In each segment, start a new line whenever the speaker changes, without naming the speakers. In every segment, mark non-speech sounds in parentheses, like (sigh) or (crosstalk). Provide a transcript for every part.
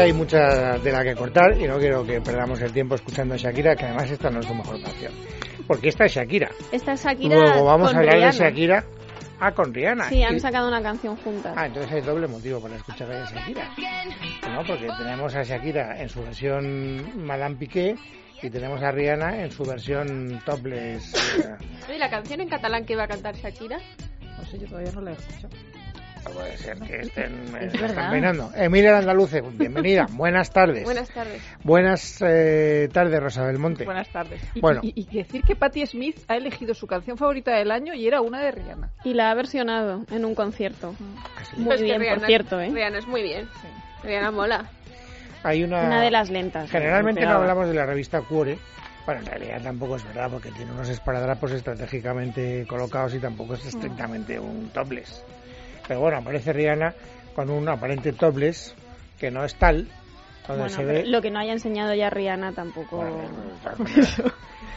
hay mucha de la que cortar y no quiero que perdamos el tiempo escuchando a Shakira, que además esta no es su mejor canción. Porque esta es Shakira.
Esta es Shakira.
Luego vamos
con
a hablar
Rihanna.
de Shakira. Ah, con Rihanna.
Sí, han
Y-
sacado una canción juntas.
Ah, entonces hay doble motivo para escuchar a Shakira. No, porque tenemos a Shakira en su versión Madame Piqué y tenemos a Rihanna en su versión
(laughs)
topless. eh,
¿Y la canción en catalán que iba a cantar Shakira?
No sé, yo todavía no la he escuchado.
no puede ser que estén, eh,
Es
la están
verdad.
peinando. Emilia Landaluce,
(laughs)
bienvenida. Buenas tardes.
Buenas tardes.
Buenas, eh, tardes, Rosa del Monte.
Buenas tardes. Y,
Bueno.
y- y decir que Patti Smith ha elegido su canción favorita del año y era una de Rihanna.
Y la ha versionado en un concierto.
Así.
Muy
Pues que
bien, por
Rihanna-
cierto, ¿eh?
Rihanna es muy bien. Rihanna mola.
Hay
Una de las
Ah,
lentas. ¿eh?
Generalmente no
Pegaba.
hablamos de la revista Cuore. Bueno, en realidad tampoco es verdad porque tiene unos esparadrapos estratégicamente colocados y tampoco
Mm.
es estrictamente un topless. Pero bueno, aparece Rihanna con un aparente topless que no es tal, donde
Bueno,
se
pero
ve...
lo que no haya enseñado ya Rihanna tampoco. (laughs)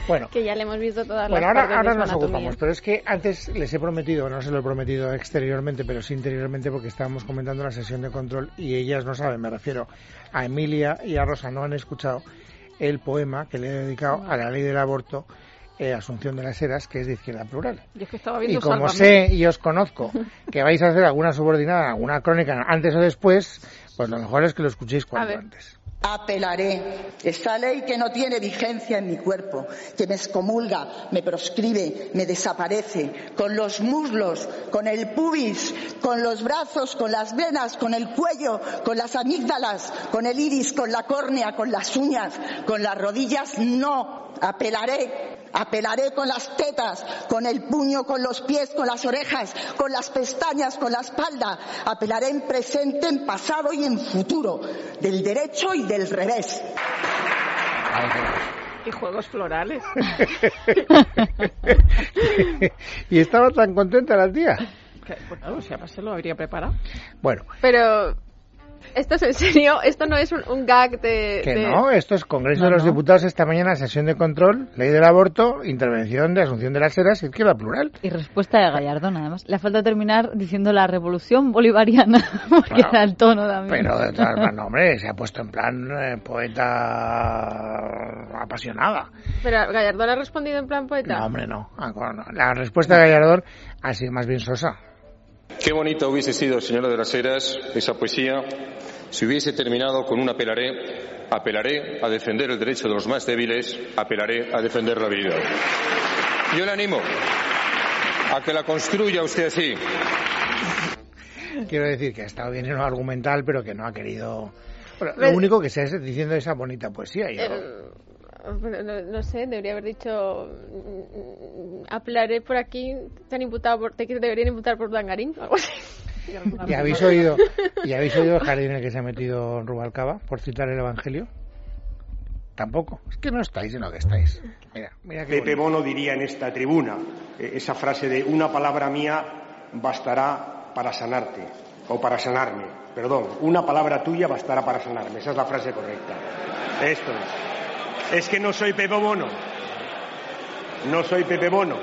Bueno,
Que ya le hemos visto todas
bueno
las
ahora,
partes
ahora
de su
nos
anatomía.
ocupamos, pero es que antes les he prometido, no se lo he prometido exteriormente, pero sí interiormente porque estábamos comentando la sesión de control y ellas no saben, me refiero a Emilia y a Rosa, no han escuchado el poema que le he dedicado a la ley del aborto, eh, Asunción de las Heras, que es de izquierda plural.
Y es que estaba
Y
viendo
como
Sálvame.
sé y os conozco que vais a hacer alguna subordinada, alguna crónica antes o después, pues lo mejor es que lo escuchéis cuanto
ver.
antes. (laughs)
Apelaré esta ley que no tiene vigencia en mi cuerpo, que me excomulga, me proscribe, me desaparece, con los muslos, con el pubis, con los brazos, con las venas, con el cuello, con las amígdalas, con el iris, con la córnea, con las uñas, con las rodillas, no. Apelaré. Apelaré con las tetas, con el puño, con los pies, con las orejas, con las pestañas, con la espalda. Apelaré en presente, en pasado y en futuro, del derecho y del revés.
Y juegos
(laughs)
florales.
y estaba tan contenta la tía.
Que, bueno, si además se lo habría preparado.
Bueno,
Pero. ¿Esto es en serio? ¿Esto no es un, un gag de.?
Que
de-
eh, no, esto es Congreso de los Diputados esta mañana, sesión de control, ley del aborto, intervención de Asunción de las Heras, izquierda (laughs) plural.
Y respuesta de Gallardo, nada más. Le falta terminar diciendo la revolución bolivariana, (laughs) porque
Bueno,
era el tono también.
Pero de todas maneras, no, hombre, se ha puesto en plan eh, poeta apasionada.
Pero Gallardo le ha respondido en plan poeta.
No, hombre, no. Ah, bueno, La respuesta de Gallardón ha sido más bien sosa.
Qué bonita hubiese sido, señora de las Heras, esa poesía si hubiese terminado con un apelaré, apelaré a defender el derecho de los más débiles, apelaré a defender la vida. Yo le animo a que la construya usted así.
Quiero decir que ha estado bien en lo argumental, pero que no ha querido... Bueno, lo
Pero-
único que se ha diciendo es esa bonita poesía. y yo-
Eh, pero no, no sé, debería haber dicho. mm, mm, Apelaré por aquí. Te, han imputado por, te deberían imputar por Dangarín. o algo así.
¿Y habéis oído, ¿y habéis oído el jardín en el que se ha metido Rubalcaba por citar el Evangelio? Tampoco. Es que no estáis en lo que estáis. Mira, mira qué
Pepe
bonito.
Bono diría en esta tribuna eh, esa frase de una palabra mía bastará para sanarte o para sanarme. Perdón, una palabra tuya bastará para sanarme. Esa es la frase correcta. Esto es. Es que no soy Pepe Bono. No soy Pepe Bono.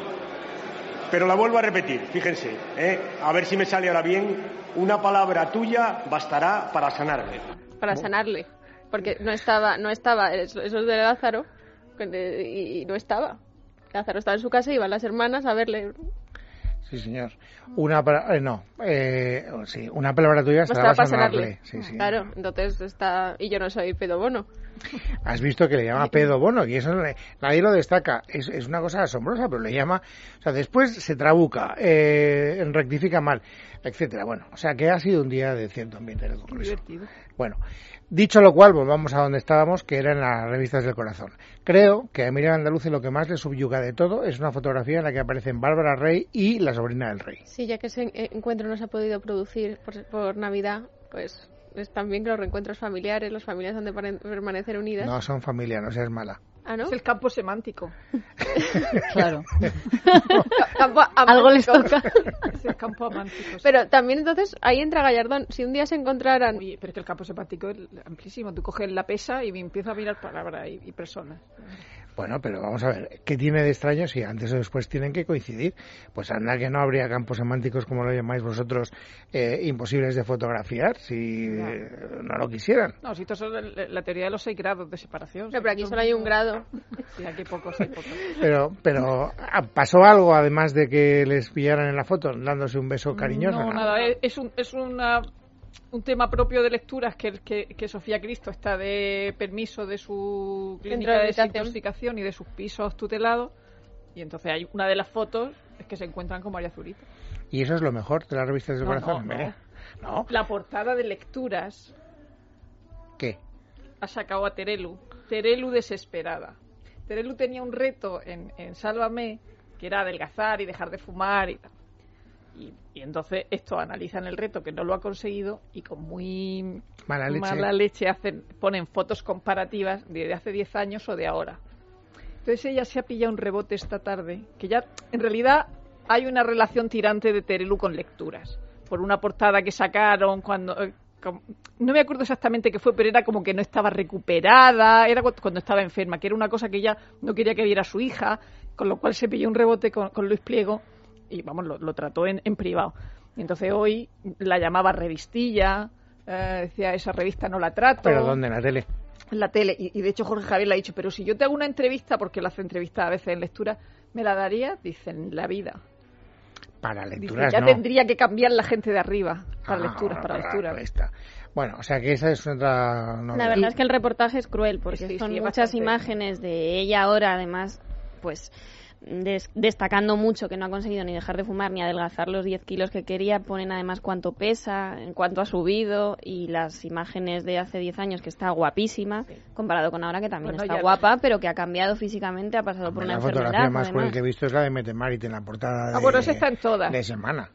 Pero la vuelvo a repetir, fíjense, ¿eh? a ver si me sale ahora bien. Una palabra tuya bastará para sanarme.
Para sanarle. Porque no estaba. No estaba eso eso es de Lázaro. que- de- Y, y no estaba. Lázaro estaba en su casa y iban las hermanas a verle.
Sí, señor. Una para, eh, no, eh, sí, una palabra tuya estará
Bastará para
razonable.
sanarle.
Sí, sí.
Claro, entonces está... Y yo no soy pedobono.
Has visto que le llama pedo bono y eso no le- nadie lo destaca. Es, es una cosa asombrosa, pero le llama, o sea, después se trabuca, eh, rectifica mal, etcétera. Bueno, o sea que ha sido un día de cierto ambiente en el Congreso.
Divertido.
Bueno, dicho lo cual, volvamos a donde estábamos, que eran las revistas del corazón. Creo que a Emilia Andaluce lo que más le subyuga de todo es una fotografía en la que aparecen Bárbara Rey y la sobrina del rey.
Sí, ya que ese en- eh, encuentro no se ha podido producir por, por Navidad, pues es también que los reencuentros familiares, las familias han de pare- permanecer unidas.
No son familia, no seas mala.
Ah, ¿no? (laughs)
Es el campo semántico.
Claro.
Ca- campo a-
Algo les toca.
Es el campo amántico. sí.
Pero también entonces ahí entra Gallardón. Si un día se encontraran...
Oye, pero es que el campo semántico es amplísimo. Tú coges la pesa y empiezas a mirar palabras y, y personas.
Bueno, pero vamos a ver, ¿qué tiene de extraño si antes o después tienen que coincidir? Pues anda que no habría campos semánticos, como lo llamáis vosotros, eh, imposibles de fotografiar si eh, no lo quisieran.
No, si esto es la, la teoría de los seis grados de separación.
No, pero aquí solo hay un grado.
Sí, aquí pocos, hay pocos.
Pero, pero ¿ah, ¿pasó algo además de que les pillaran en la foto dándose un beso cariñoso?
No,
Nada.
nada, es, es un, es una, un tema propio de lecturas que, el- que, que Sofía Cristo está de permiso de su clínica
de
de
rehabilitación.
desintoxicación y de sus pisos tutelados. Y entonces hay una de las fotos es que se encuentran con María Zurita.
Y eso es lo mejor de las revistas del
No,
corazón.
no,
¿eh? No.
La portada de lecturas
¿Qué?
ha sacado a Terelu. Terelu desesperada. Terelu tenía un reto en, en Sálvame que era adelgazar y dejar de fumar y tal. Y, y entonces esto analizan el reto que no lo ha conseguido y con muy
Mala leche.
mala leche hacen, ponen fotos comparativas de, de hace 10 años o de ahora. Entonces ella se ha pillado un rebote esta tarde, que ya en realidad hay una relación tirante de Terelu con lecturas. Por una portada que sacaron cuando... eh, com- no me acuerdo exactamente qué fue, pero era como que no estaba recuperada, era cu- cuando estaba enferma, que era una cosa que ella no quería que viera su hija, con lo cual se pilló un rebote con, con Luis Pliego y vamos, lo, lo trató en, en privado. Y entonces hoy la llamaba revistilla, eh, decía, esa revista no la trato
¿Pero dónde? En la tele.
en la tele. Y, y de hecho Jorge Javier le ha dicho, pero si yo te hago una entrevista, porque él hace entrevistas a veces en lectura, ¿me la daría? Dicen, la vida.
Para
Dice,
lecturas,
ya
no.
tendría que cambiar la gente de arriba para
Ah,
lecturas, para, lecturas.
esta. Bueno, o sea que esa es otra
La
novedad.
verdad es que el reportaje es cruel porque
Sí, sí,
son
es
muchas
bastante.
imágenes de ella ahora, además, pues des- destacando mucho que no ha conseguido ni dejar de fumar ni adelgazar los 10 kilos que quería, ponen además cuánto pesa, en cuánto ha subido y las imágenes de hace 10 años que está guapísima, comparado con ahora que también
Bueno,
está
ya-
guapa, pero que ha cambiado físicamente, ha pasado por una
la
enfermedad.
fotografía más
además.
cruel que he visto es la de Metemarit en la portada
Ah,
de,
bueno, esa está en todas.
de semana.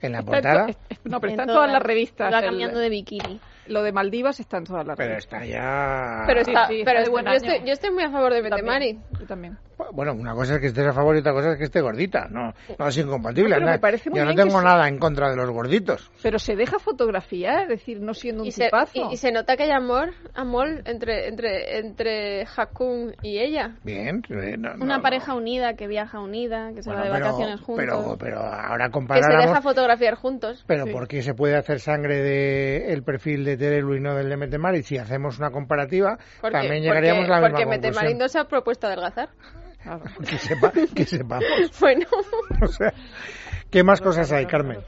En la
Está en
portada,
to- es- no, pero
En
está en todas las revistas.
Va
El-
cambiando de bikini.
Lo de Maldivas está en todas las
pero
revistas.
está ya...
Pero
Sí,
está,
sí,
Ah, pero
está de buen
yo,
año.
estoy, yo estoy muy a favor de
Yo también,
Betemari.
Yo también.
Bueno, una cosa es que estés a favor y otra cosa es que esté gordita. No, no es incompatible.
No, Ah, pero
anda.
me parece muy
Yo no
bien que
tengo
se-
nada en contra de los gorditos.
Pero se deja fotografiar, es decir, no siendo un
Y se,
tipazo.
y, y se nota que hay amor, amor entre, entre, entre Hakun y ella.
Bien. eh, no-
Una
no-
pareja unida que viaja unida, que se
Bueno,
va de
pero-
vacaciones juntos.
Pero, pero ahora
Que se deja
comparáramos...
fotografiar juntos.
Pero ¿por qué se puede hacer sangre del perfil de Terelu y no del de Metemar? Y si hacemos una comparativa,
Porque,
también llegaríamos
porque,
a la misma
Porque
conclusión.
Betemari no se ha propuesto
(laughs)
adelgazar.
Claro.
(laughs) Que, sepa,
(laughs)
que sepamos.
Bueno,
O sea, ¿Qué más cosas hay, Carmen?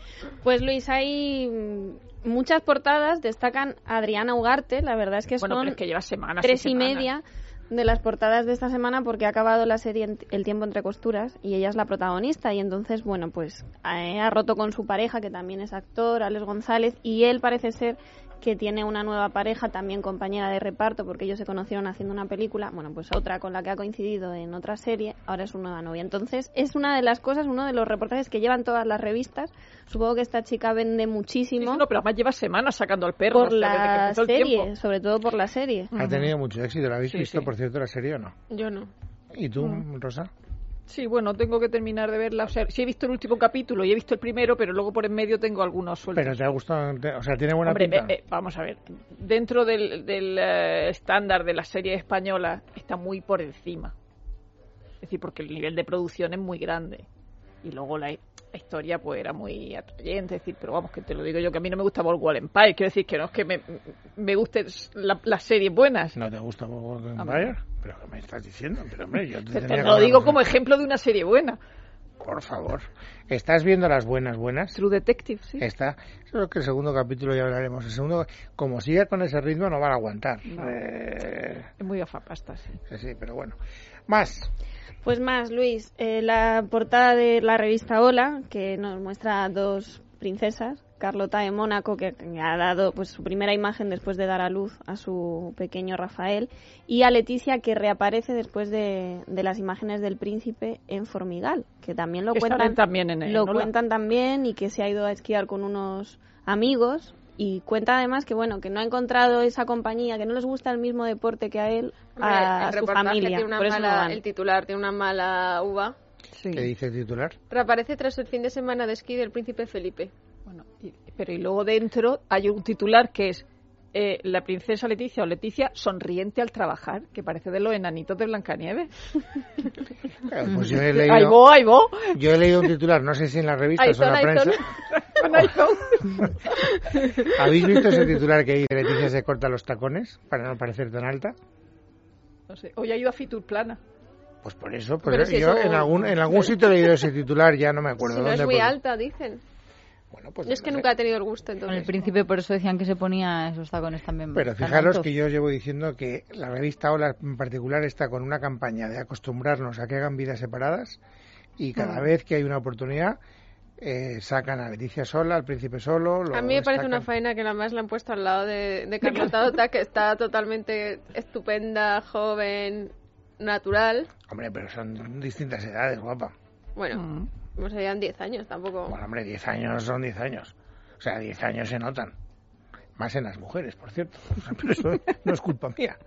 Pues Luis, hay mm, muchas portadas, destacan a Adriana Ugarte, la verdad es que
Bueno,
son
pero es que lleva semanas.
tres y
semanas.
media de las portadas de esta semana porque ha acabado la serie en- El tiempo entre costuras y ella es la protagonista y entonces, bueno, pues eh, ha roto con su pareja que también es actor, Alex González, y él parece ser que tiene una nueva pareja, también compañera de reparto porque ellos se conocieron haciendo una película, bueno, pues otra con la que ha coincidido en otra serie, ahora es su nueva novia. Entonces, es una de las cosas, uno de los reportajes que llevan todas las revistas. Supongo que esta chica vende
Sí, sí,
muchísimo
no, pero además lleva semanas sacando al perro.
por
o sea, desde que
la
empezó el tiempo.
serie, sobre todo por la serie.
Ha tenido mucho éxito. ¿La habéis
Sí,
visto,
sí.
por cierto, la serie o no?
yo no.
¿Y tú, Rosa?
Pues Sí, bueno, tengo que terminar de verla. O sea, sí he visto el último capítulo y he visto el primero, pero luego por en medio tengo algunos sueltos.
Pero te ha gustado, te- o sea, tiene buena
Hombre,
pinta.
eh, eh, vamos a ver. Dentro del, del, eh, estándar de la serie española está muy por encima. Es decir, porque el nivel de producción es muy grande. Y luego la, hi- la historia pues era muy atrayente. Es decir, pero vamos, que te lo digo yo, que a mí no me gusta World Empire. Quiero decir que no es que me, me gusten la- las series buenas.
¿No te gusta Golden
Hombre.
Empire? ¿Pero qué me estás diciendo? Pero, hombre, yo te
Te, te
tendría que
lo
hablar
digo
con-
como ejemplo de una serie buena.
Por favor. ¿Estás viendo las buenas, buenas?
True Detective, sí.
Está. Creo que el segundo capítulo ya hablaremos. El segundo, como siga con ese ritmo, no van a aguantar.
No.
Eh,
Es muy afapasta, sí.
sí, pero bueno. Más.
Pues más, Luis, eh, la portada de la revista Hola, que nos muestra a dos princesas, Carlota de Mónaco, que ha dado pues, su primera imagen después de dar a luz a su pequeño Rafael, y a Leticia, que reaparece después de, de las imágenes del príncipe en Formigal, que también lo
Que salen
cuentan
también en el,
lo
¿no? La-
cuentan también y que se ha ido a esquiar con unos amigos y cuenta además que bueno que no ha encontrado esa compañía que no les gusta el mismo deporte que a él
el
a su
reportaje
familia
tiene una
por eso no
mala-
van.
el titular tiene una mala uva.
Sí.
¿Qué dice el titular?
Reaparece tras el fin de semana de esquí del príncipe Felipe.
Bueno, y- pero y luego dentro hay un titular que es eh, la princesa Leticia o Leticia sonriente al trabajar, que parece de los enanitos de Blancanieves.
Claro, pues yo he
¡Ay,
leído,
vos, ay, vos!
yo he leído un titular, no sé si en las revistas o en
Aizón,
la
Aizón. (laughs)
prensa.
Ay, vos. (laughs)
¿Habéis visto ese titular que dice Leticia se corta los tacones para no parecer tan alta?
No sé, hoy ha ido a Fitur Plana.
Pues por eso, pues
Pero
yo
si eso-
en algún en algún sitio he leído ese titular, ya no me acuerdo
Si no
dónde.
es muy
porque-
alta, dicen.
Bueno, pues
Yo es que
no sé.
nunca he tenido el gusto,
Con el
entonces.
príncipe, por eso decían que se ponía esos tacones también.
Pero
tan
fijaros
altos.
que yo llevo diciendo que la revista Hola en particular está con una campaña de acostumbrarnos a que hagan vidas separadas y
Mm.
cada vez que hay una oportunidad eh, sacan a Leticia sola, al príncipe solo. lo
A mí me parece
destacan.
una faena que nada más la han puesto al lado de, de Carlota Dota, que está totalmente estupenda, joven, natural.
Hombre, pero son distintas edades, guapa.
Mm.
Bueno,
Mm.
pues serían 10 años tampoco.
Bueno, hombre, 10 años son 10 años. O sea, 10 años se notan. Más en las mujeres, por cierto. (laughs) Pero eso no es culpa mía.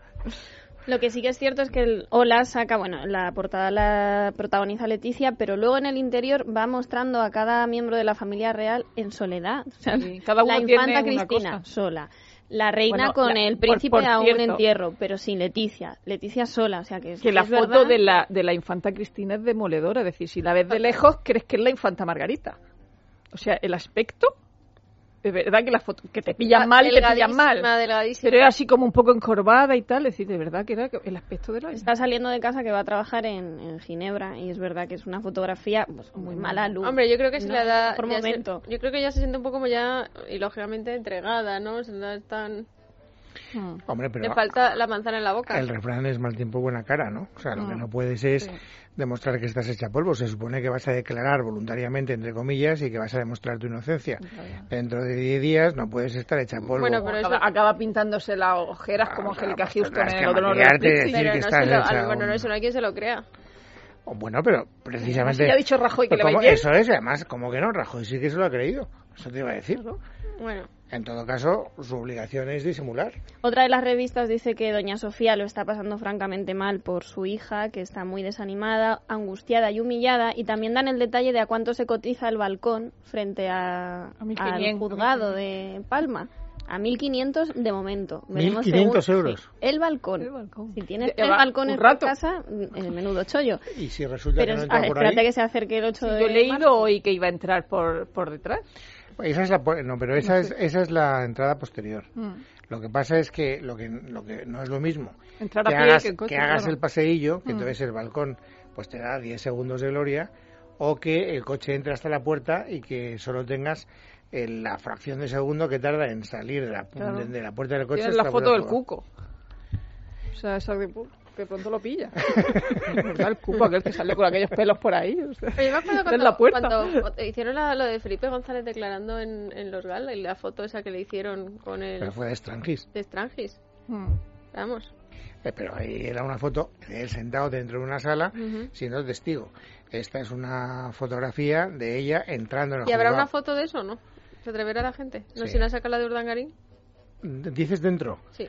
Lo que sí que es cierto es que el Hola saca, bueno, la portada la protagoniza Leticia, pero luego en el interior va mostrando a cada miembro de la familia real en soledad. O sea,
Sí, cada uno
la infanta
tiene una
Cristina
cosa.
sola, la reina
Bueno,
con
la-
el
por-
príncipe
por
a un
cierto.
entierro, pero sin Leticia, Leticia sola, o sea que, es-
Que la
es
foto
verdad.
de la, de la infanta Cristina es demoledora. Es decir, si la ves de lejos, crees que es la infanta Margarita. O sea, el aspecto. Es verdad que la foto. Que te pillan mal, te pillan mal.
Delgadísima, delgadísima.
Pero era así como un poco encorvada y tal. Es decir, de verdad que era el aspecto de la.
Está saliendo de casa que va a trabajar en, en Ginebra y es verdad que es una fotografía pues, muy
Mm.
mala luz.
Hombre, yo creo que se
No,
le da...
Por
ya se-
momento.
yo creo que ya se siente un poco como ya, y lógicamente, entregada, ¿no? Se le da tan...
Hombre,
Le
pero
falta la manzana en la boca.
el refrán es mal tiempo, buena cara, ¿no? O sea, lo que no puedes es demostrar que estás hecha polvo. Se supone que vas a declarar voluntariamente, entre comillas, y que vas a demostrar tu inocencia. Dentro de 10 días no puedes estar hecha polvo.
Bueno, pero
acaba,
eso-
acaba pintándose las ojeras como
Ah, o sea,
Angélica
pues
Houston eh,
tendrás
en
que
el otro
maquillarte,
Netflix.
decir
Pero
que
no
estás
se lo-
hecha
al- bueno,
un-
no, eso no hay quien se lo crea.
O Bueno, pero precisamente...
Ya ha dicho Rajoy que
Pero
le va
como-
bien.
Eso es, y además, como que no, Rajoy sí que se lo ha creído. Eso te iba a decir.
Bueno,
En todo caso, su obligación es disimular.
Otra de las revistas dice que doña Sofía lo está pasando francamente mal por su hija, que está muy desanimada, angustiada y humillada, y también dan el detalle de a cuánto se cotiza el balcón frente a,
A 1.500,
al juzgado de Palma. A 1.500 de momento.
1.500
según-
euros.
sí, el balcón.
El balcón.
Si tienes
Ya
tres
va,
balcones
un
por
rato.
casa, mm, el menudo chollo.
Y si resulta
Pero
que no
ah,
entra por ahí...
espérate que se acerque el 8 de
Yo he leído hoy que iba a entrar por, por detrás.
pues Esa es la, po- no, pero esa es, esa es la entrada posterior.
Mm.
Lo que pasa es que lo que, lo que no es lo mismo.
Entrar a
que
pie
hagas,
que en coche,
que hagas
claro. Mm.
el paseillo, que entonces el balcón pues te da 10 segundos de gloria, o que el coche entre hasta la puerta y que solo tengas eh, la fracción de segundo que tarda en salir de la,
Claro.
de, de la puerta del coche.
Tienes
hasta
la
puerta
foto del
del juego.
cuco. O sea, esa de, pu- de pronto
(laughs)
lo pilla. ¿Verdad? El cuco, aquel que sale con aquellos pelos por ahí. o sea,
Pero yo me
(laughs)
acuerdo
en la
cuando,
puerta.
cuando hicieron la- lo de Felipe González declarando en, en Los Gal, y la foto esa que le hicieron con el
Pero fue de Strangis.
de Strangis.
Mm.
Vamos.
Eh, Pero ahí era una foto de él sentado dentro de una sala siendo testigo. Esta es una fotografía de ella entrando en el
¿Y habrá
juzgado.
una foto de eso, no? ¿Se atreverá la gente? ¿No
Sí.
se irá a sacar la de Urdangarín?
¿Dices dentro?
Sí.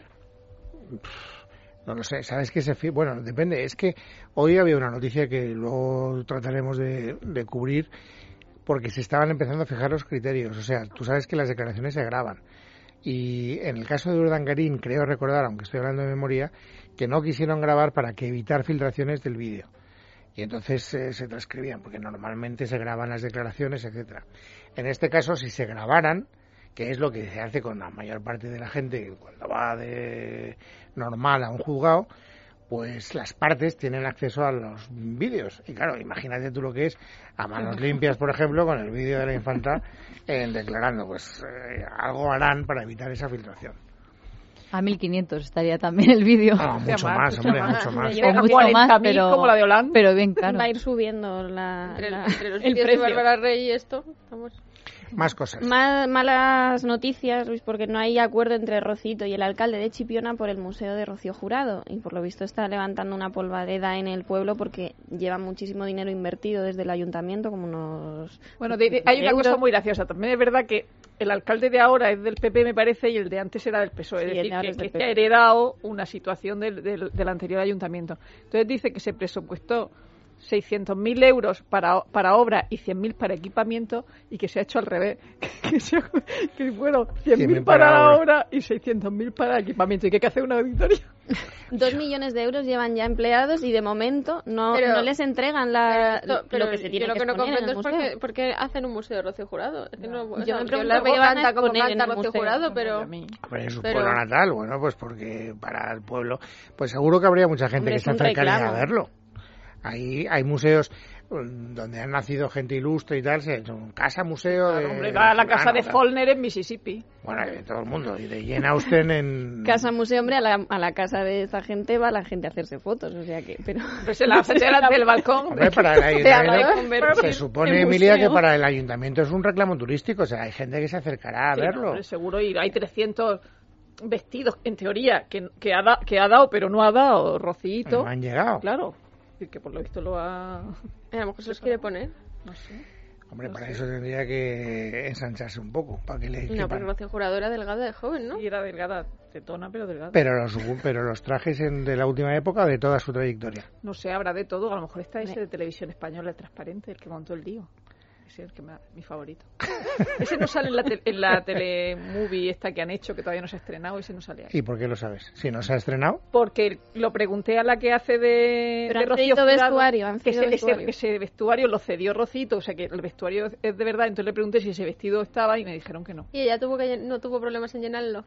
No lo sé, sabes que se fi- Bueno, depende, es que hoy había una noticia que luego trataremos de, de cubrir porque se estaban empezando a fijar los criterios. O sea, tú sabes que las declaraciones se graban. Y en el caso de Urdangarín, creo recordar, aunque estoy hablando de memoria, que no quisieron grabar para que evitar filtraciones del vídeo. Y entonces eh, se transcribían, porque normalmente se graban las declaraciones, etcétera. En este caso, si se grabaran, que es lo que se hace con la mayor parte de la gente cuando va de normal a un juzgado, pues las partes tienen acceso a los vídeos. Y claro, imagínate tú lo que es a manos limpias, por ejemplo, con el vídeo de la infanta en declarando, pues eh, algo harán para evitar esa (laughs) filtración.
A 1500 estaría también el vídeo.
Ah, mucho más, hombre, mucho más.
O mucho más,
40.000
pero,
como la de Hollande.
pero bien caro.
Va a ir subiendo la,
Entre,
la-
entre los
el
vídeos de
precio.
Bárbara Rey y esto, vamos.
Más cosas.
Ma- malas noticias, Luis, porque no hay acuerdo entre Rocito y el alcalde de Chipiona por el Museo de Rocío Jurado. Y por lo visto está levantando una polvareda en el pueblo porque lleva muchísimo dinero invertido desde el ayuntamiento, como unos...
Bueno, de- de- hay una
euros.
cosa muy graciosa. También es verdad que el alcalde de ahora es del PP, me parece, y el de antes era del PSOE.
Sí,
E.
el
Es decir,
de ahora
que,
es del
que se
PP.
ha heredado una situación del, del- del anterior ayuntamiento. Entonces dice que se presupuestó 600.000 euros para, para obra y 100.000 para equipamiento y que se ha hecho al revés. (laughs) Que, se ha- que fueron 100.000 para, la obra y 600.000 para el equipamiento. Y que hay que hacer una auditoría.
(laughs)
Dos millones de euros llevan ya empleados y de momento no,
Pero-
no les entregan la,
Ah, Esto-
lo que se
yo
tiene
lo
que
que no
exponer
comprendo
en el
es por
museo.
qué, por qué hacen un museo de Rocío Jurado. Es que no, o
Yo
sea,
me
yo
pregunto
la
por
veo
qué van a
canta como
exponer en
canta
el
Rocío
museo.
Jurado, pero...
Hombre, en su
Pero-
pueblo natal, bueno, pues porque para el pueblo, pues seguro que habría mucha gente
Hombre,
que
es
está
un
cercana a
reclamo.
verlo. Ahí hay museos mm, donde han nacido gente ilustre y tal, se- son casa museo de
Hombre, va a la casa
fulano,
de
tal.
Follner en Mississippi.
Bueno, hay de todo el mundo, y de Jane Austen
(laughs)
en
Casa museo, hombre, a la, a la casa de esa gente va la gente a hacerse fotos, o sea que... Pero...
Pues
(laughs)
en la acera del balcón.
Hombre, para
(laughs)
el
Amador
ayuntamiento, se
convertir
supone,
en
Emilia, que
museo.
para el ayuntamiento es un reclamo turístico, o sea, hay gente que se acercará a
Sí,
verlo.
hombre, seguro, y hay 300 vestidos, en teoría, que, que, ha, da- que ha dado, pero no ha dado, Rocito.
No han llegado.
Claro, y que por lo visto lo ha...
(laughs) A lo mejor se los quiere poner.
No sé.
Hombre,
no
para
sé.
eso tendría que ensancharse un poco, para que le
No,
quepan.
pero Rocío Jurado era delgada de joven, ¿no?
Y era delgada, tetona, pero delgada.
Pero los, pero los trajes en- de la última época de toda su trayectoria.
No sé, habrá de todo. A lo mejor está ese de televisión española, el transparente, el que montó el lío. Ese es el que me ha- mi favorito. (laughs) Ese no sale en la, tel- en la telemovie esta que han hecho, que todavía no se ha estrenado, ese no sale ahí.
¿Y por qué lo sabes? Si no se ha estrenado,
porque lo pregunté a la que hace de,
Pero
de
han cedido
Jurado,
vestuario, han
que ese,
cedido
ese-
vestuario.
ese vestuario lo cedió Rocito, o sea que el vestuario es de verdad, entonces le pregunté si ese vestido estaba y me dijeron que no.
Y ella tuvo que llen- no tuvo problemas en llenarlo.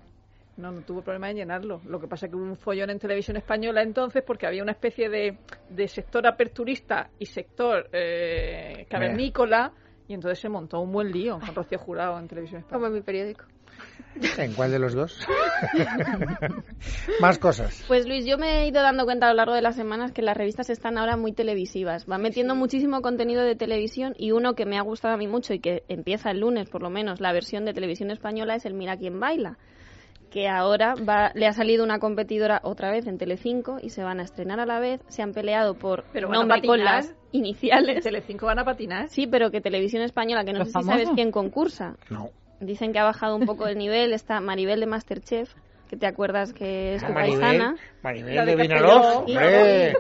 No, no tuvo problema en llenarlo. Lo que pasa es que hubo un follón en televisión española entonces porque había una especie de, de sector aperturista y sector eh, cavernícola y entonces se montó un buen lío con Rocío Jurado en televisión
Como
española.
en mi periódico.
¿en cuál de los dos? (laughs) Más cosas.
Pues Luis, yo me he ido dando cuenta a lo largo de las semanas que las revistas están ahora muy televisivas. Van metiendo muchísimo contenido de televisión y uno que me ha gustado a mí mucho y que empieza el lunes, por lo menos, la versión de televisión española es el Mira quién baila, que ahora va- le ha salido una competidora otra vez en Telecinco y se van a estrenar a la vez. Se han peleado por
Pero van a
nombre con
patinar.
las iniciales.
Telecinco van a patinar.
Sí, pero que Televisión Española, que no
Los
sé si sabes
famosos.
quién concursa.
No.
Dicen que ha bajado un poco el nivel. Está Maribel de Masterchef, que te acuerdas que es tu
Maribel,
paisana.
Maribel
La de
de
Castelló.
Vinalov, hombre.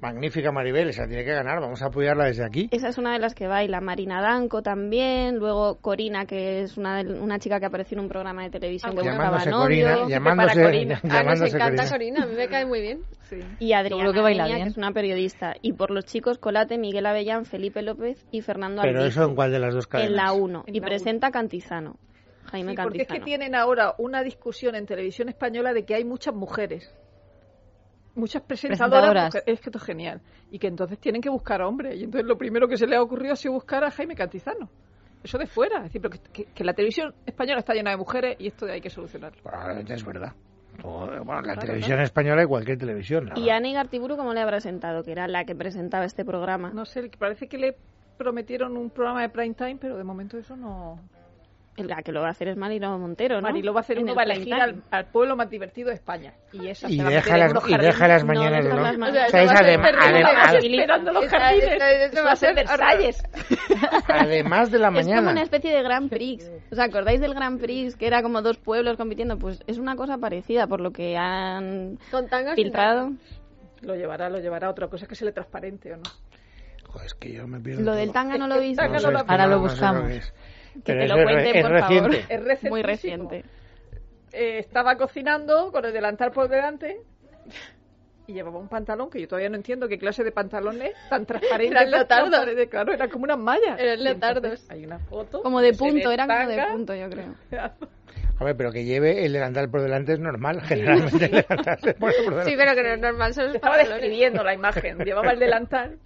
Magnífica Maribel, esa tiene que ganar, vamos a apoyarla desde aquí.
Esa es una de las que baila. Marina Danco también. Luego Corina, que es una, del- una chica que apareció en un programa de televisión que buscaba
Ah, Llamándose
novio.
Corina, llamándose,
Corina.
Ah, nos
llamándose
encanta
Corina.
Corina, a mí me cae muy bien.
Sí.
Y Adriana
Seguro que baila
Peña,
bien.
que es una periodista. Y por los chicos, Colate, Miguel Avellán, Felipe López y Fernando
Pero
Albizu,
eso en cuál de las dos cadenas.
en la 1.
En
Y
la
presenta Cantizano. Jaime
Sí, porque es que
Cantizano.
tienen ahora una discusión en televisión española de que hay muchas mujeres. Muchas presentadoras.
Presentadoras.
mujer- Es que esto es genial. Y que entonces tienen que buscar hombres. Y entonces lo primero que se le ha ocurrido ha sido buscar a Jaime Cantizano. Eso de fuera. Es decir, pero que, que- que la televisión española está llena de mujeres y esto hay que solucionarlo.
Probablemente Ah, es verdad. O, Bueno, la televisión española y cualquier televisión. la
Y
verdad.
Ana Igartiburu, ¿cómo le habrá sentado? Que era la que presentaba este programa.
No sé, parece que le prometieron un programa de prime time, pero de momento eso no.
La que lo va a hacer es Marilo Montero, ¿no?
Mariló va a hacer
En
uno,
el
va a
prime
elegir
time.
al, al pueblo más divertido de España. Y esa
Y
se va a meter
deja
en
las,
unos
y deja
jardines.
las
No,
mañanas
deja
de
las
lo-
O sea,
mañanas.
eso va
¿Sabes?
a ser
Adem-
terrible.
adem-
Estás
adem-
esperando los
Esa-
jardines.
esa- esa
Eso
va
va
a
a ser
ser
Versalles.
además de la
(laughs) Es como
mañana.
una especie de Grand Prix. ¿Os acordáis del Grand Prix que era como dos pueblos compitiendo? Pues es una cosa parecida por lo que han
Con tangas sin
filtrado.
Lo llevará, lo llevará. Otra cosa es que se le transparente o no.
Joder, es que yo me pierdo
Lo del
todo.
tanga no lo viste.
Tanga no
sé,
(laughs)
lo-
es que
Ahora lo
no sé lo que
buscamos.
es.
Que
Pero
te
eso
lo
es re-
cuenten,
es
por
reciente.
Es
favor. Muy
recentísimo.
reciente.
Eh, estaba cocinando con el delantal por delante y llevaba un pantalón que yo todavía no entiendo qué clase de pantalones tan transparente.
Eran leotardos.
Claro, eran como unas mallas.
Eran
Y entonces
leotardos.
Hay una foto.
Como de
que se ve
punto, eran como de
tanga.
punto, yo creo.
A ver, pero que lleve el delantal por delante es normal, generalmente el delantal se pone por delante.
Sí, pero que no es normal, son los
Estaba
pantalones.
describiendo la imagen, llevaba el delantal.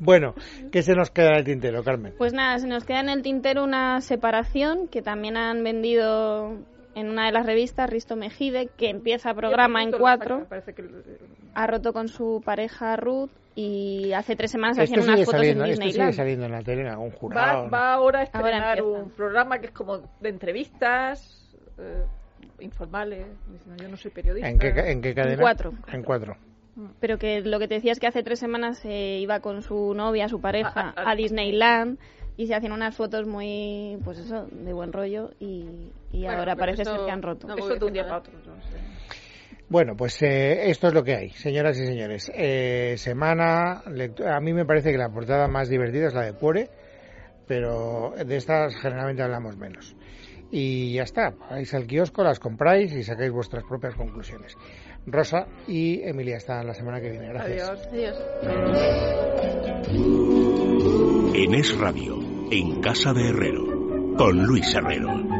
Bueno, ¿qué se nos queda en el tintero, Carmen?
Pues nada, se nos queda en el tintero una separación que también han vendido en una de las revistas, Risto Mejide, que empieza (laughs) programa en cuatro,
Parece que-
ha roto con su pareja Ruth y hace tres semanas
Esto
hacían unas
sigue,
fotos
saliendo,
en
esto sigue
Disneyland.
saliendo en la tele en algún jurado.
Va,
¿no?
va ahora
Ahora
a estrenar
empieza.
un programa que es como de entrevistas eh, informales. Dice, "No, Yo no soy periodista.
¿En, qué, ca- ¿En qué cadena?
cuatro.
En cuatro.
Pero que lo que te decía es que hace tres semanas se iba con su novia, su pareja,
A- a-
a Disneyland y se hacían unas fotos muy, pues eso, de buen rollo y, y
Bueno,
ahora
pues
pero
parece
eso
ser que han roto.
no-
Eso de un día para otro. yo no sé.
Bueno, pues eh, esto es lo que hay, señoras y señores. Eh, semana, lectu- a mí me parece que la portada más divertida es la de Puere, pero de estas generalmente hablamos menos. Y ya está, vais al kiosco, las compráis y sacáis vuestras propias conclusiones. Rosa y Emilia están la semana que viene. Gracias.
Adiós.
Adiós.
En Es Radio, en Casa de Herrero, con Luis Herrero.